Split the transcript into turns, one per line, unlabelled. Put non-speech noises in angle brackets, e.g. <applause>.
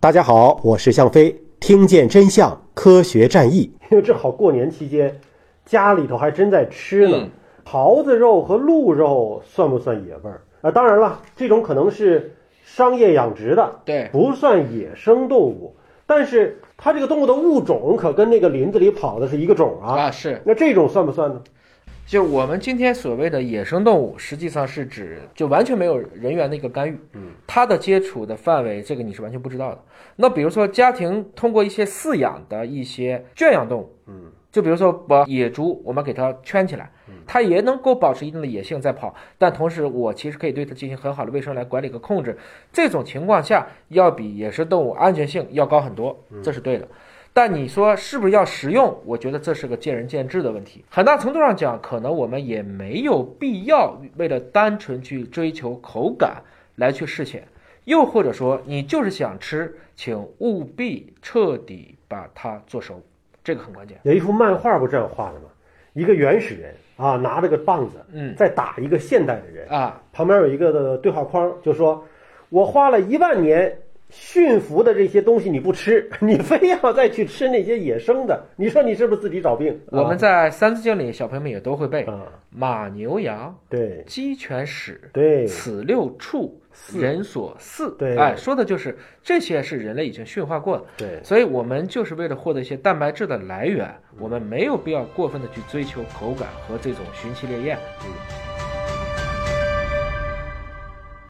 大家好，我是向飞，听见真相，科学战 <laughs> 役。因为正好过年期间，家里头还真在吃呢。
嗯
狍子肉和鹿肉算不算野味儿？啊，当然了，这种可能是商业养殖的，
对，
不算野生动物。但是它这个动物的物种可跟那个林子里跑的是一个种啊。
啊是，
那这种算不算呢？
就我们今天所谓的野生动物，实际上是指就完全没有人员的一个干预，
嗯，
它的接触的范围，这个你是完全不知道的。那比如说家庭通过一些饲养的一些圈养动物，
嗯，
就比如说把野猪，我们给它圈起来，它也能够保持一定的野性在跑，但同时我其实可以对它进行很好的卫生来管理和控制。这种情况下，要比野生动物安全性要高很多，这是对的。但你说是不是要食用？我觉得这是个见仁见智的问题。很大程度上讲，可能我们也没有必要为了单纯去追求口感来去试鲜，又或者说你就是想吃，请务必彻底把它做熟，这个很关键。
有一幅漫画不这样画的吗？一个原始人啊，拿着个棒子，
嗯
在打一个现代的人。
啊，
旁边有一个的对话框，就说：“我花了一万年驯服的这些东西你不吃， <laughs> 你非要再去吃那些野生的，你说你是不是自己找病？”
我们在《三字经》里，小朋友们也都会背
啊，啊
马、牛、羊、
对
鸡、犬、豕，
对
此六畜，
四
人所饲。
对
哎，说的就是这些是人类已经驯化过的，
对，
所以我们就是为了获得一些蛋白质的来源，我们没有必要过分的去追求口感和这种寻奇猎艳。
嗯。